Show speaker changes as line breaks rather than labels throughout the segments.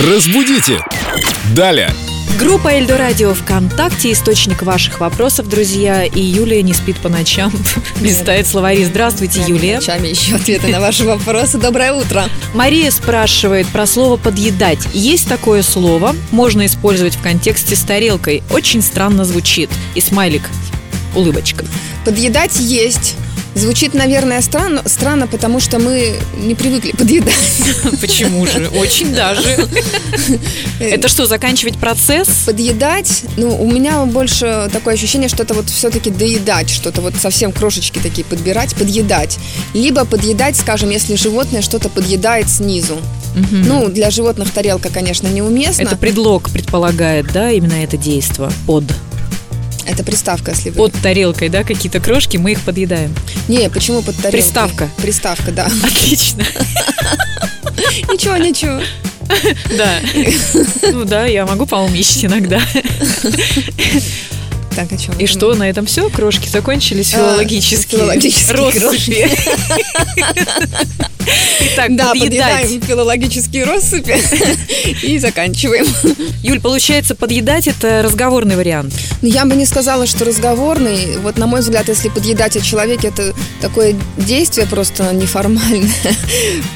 Разбудите! Далее!
Группа Эльдо Радио ВКонтакте, источник ваших вопросов, друзья. И Юлия не спит по ночам, листает словари. Здравствуйте, Юлия.
Ночами еще ответы на ваши вопросы. Доброе утро.
Мария спрашивает про слово «подъедать». Есть такое слово, можно использовать в контексте с тарелкой. Очень странно звучит. И смайлик, улыбочка.
Подъедать есть. Звучит, наверное, странно, странно, потому что мы не привыкли подъедать.
Почему же? Очень даже. Это что, заканчивать процесс?
Подъедать, ну, у меня больше такое ощущение, что-то вот все-таки доедать, что-то вот совсем крошечки такие подбирать, подъедать. Либо подъедать, скажем, если животное что-то подъедает снизу.
Мгм.
Ну, для животных тарелка, конечно, неуместна.
Это предлог предполагает, да, именно это действо. Под.
Это приставка, если вы...
Под тарелкой, да, какие-то крошки, мы их подъедаем.
Не, почему под тарелкой?
Приставка.
Приставка, да.
Отлично.
Ничего, ничего.
Да. Ну да, я могу поумничать иногда.
Так, а о чем?
И что, на этом все? Крошки закончились
А,
филологические.
филологические
россыпи. Итак,
Да,
подъедать.
подъедаем филологические россыпи и заканчиваем.
Юль, получается, подъедать это разговорный вариант.
Ну, я бы не сказала, что разговорный. Вот, на мой взгляд, если подъедать о человеке, это такое действие просто неформальное.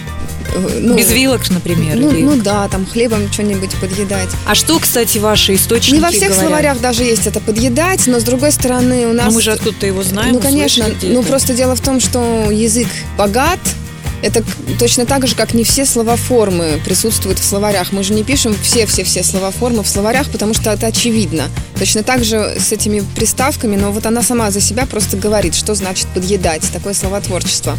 Ну,
Без вилок, например.
Ну,
или-
ну да, там хлебом что-нибудь подъедать.
А что, кстати, ваши источники
Не во всех
говорят?
словарях даже есть это подъедать, но с другой стороны у
Но
нас...
мы же откуда-то его знаем.
ну, конечно.
услышали
Ну,
где-то.
просто дело в том, что язык богат. Это к- точно так же, как не все словоформы присутствуют в словарях. Мы же не пишем все-все-все словоформы в словарях, потому что это очевидно. Точно так же с этими приставками, но вот она сама за себя просто говорит, что значит подъедать, такое словотворчество.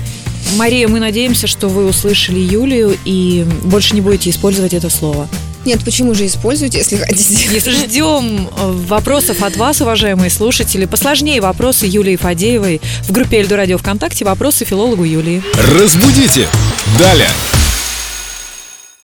Мария, мы надеемся, что вы услышали Юлию и больше не будете использовать это слово.
Нет, почему же использовать, если хотите?
Если Ждем э, вопросов от вас, уважаемые слушатели. Посложнее вопросы Юлии Фадеевой в группе Эльду Радио ВКонтакте. Вопросы филологу Юлии.
Разбудите! Далее!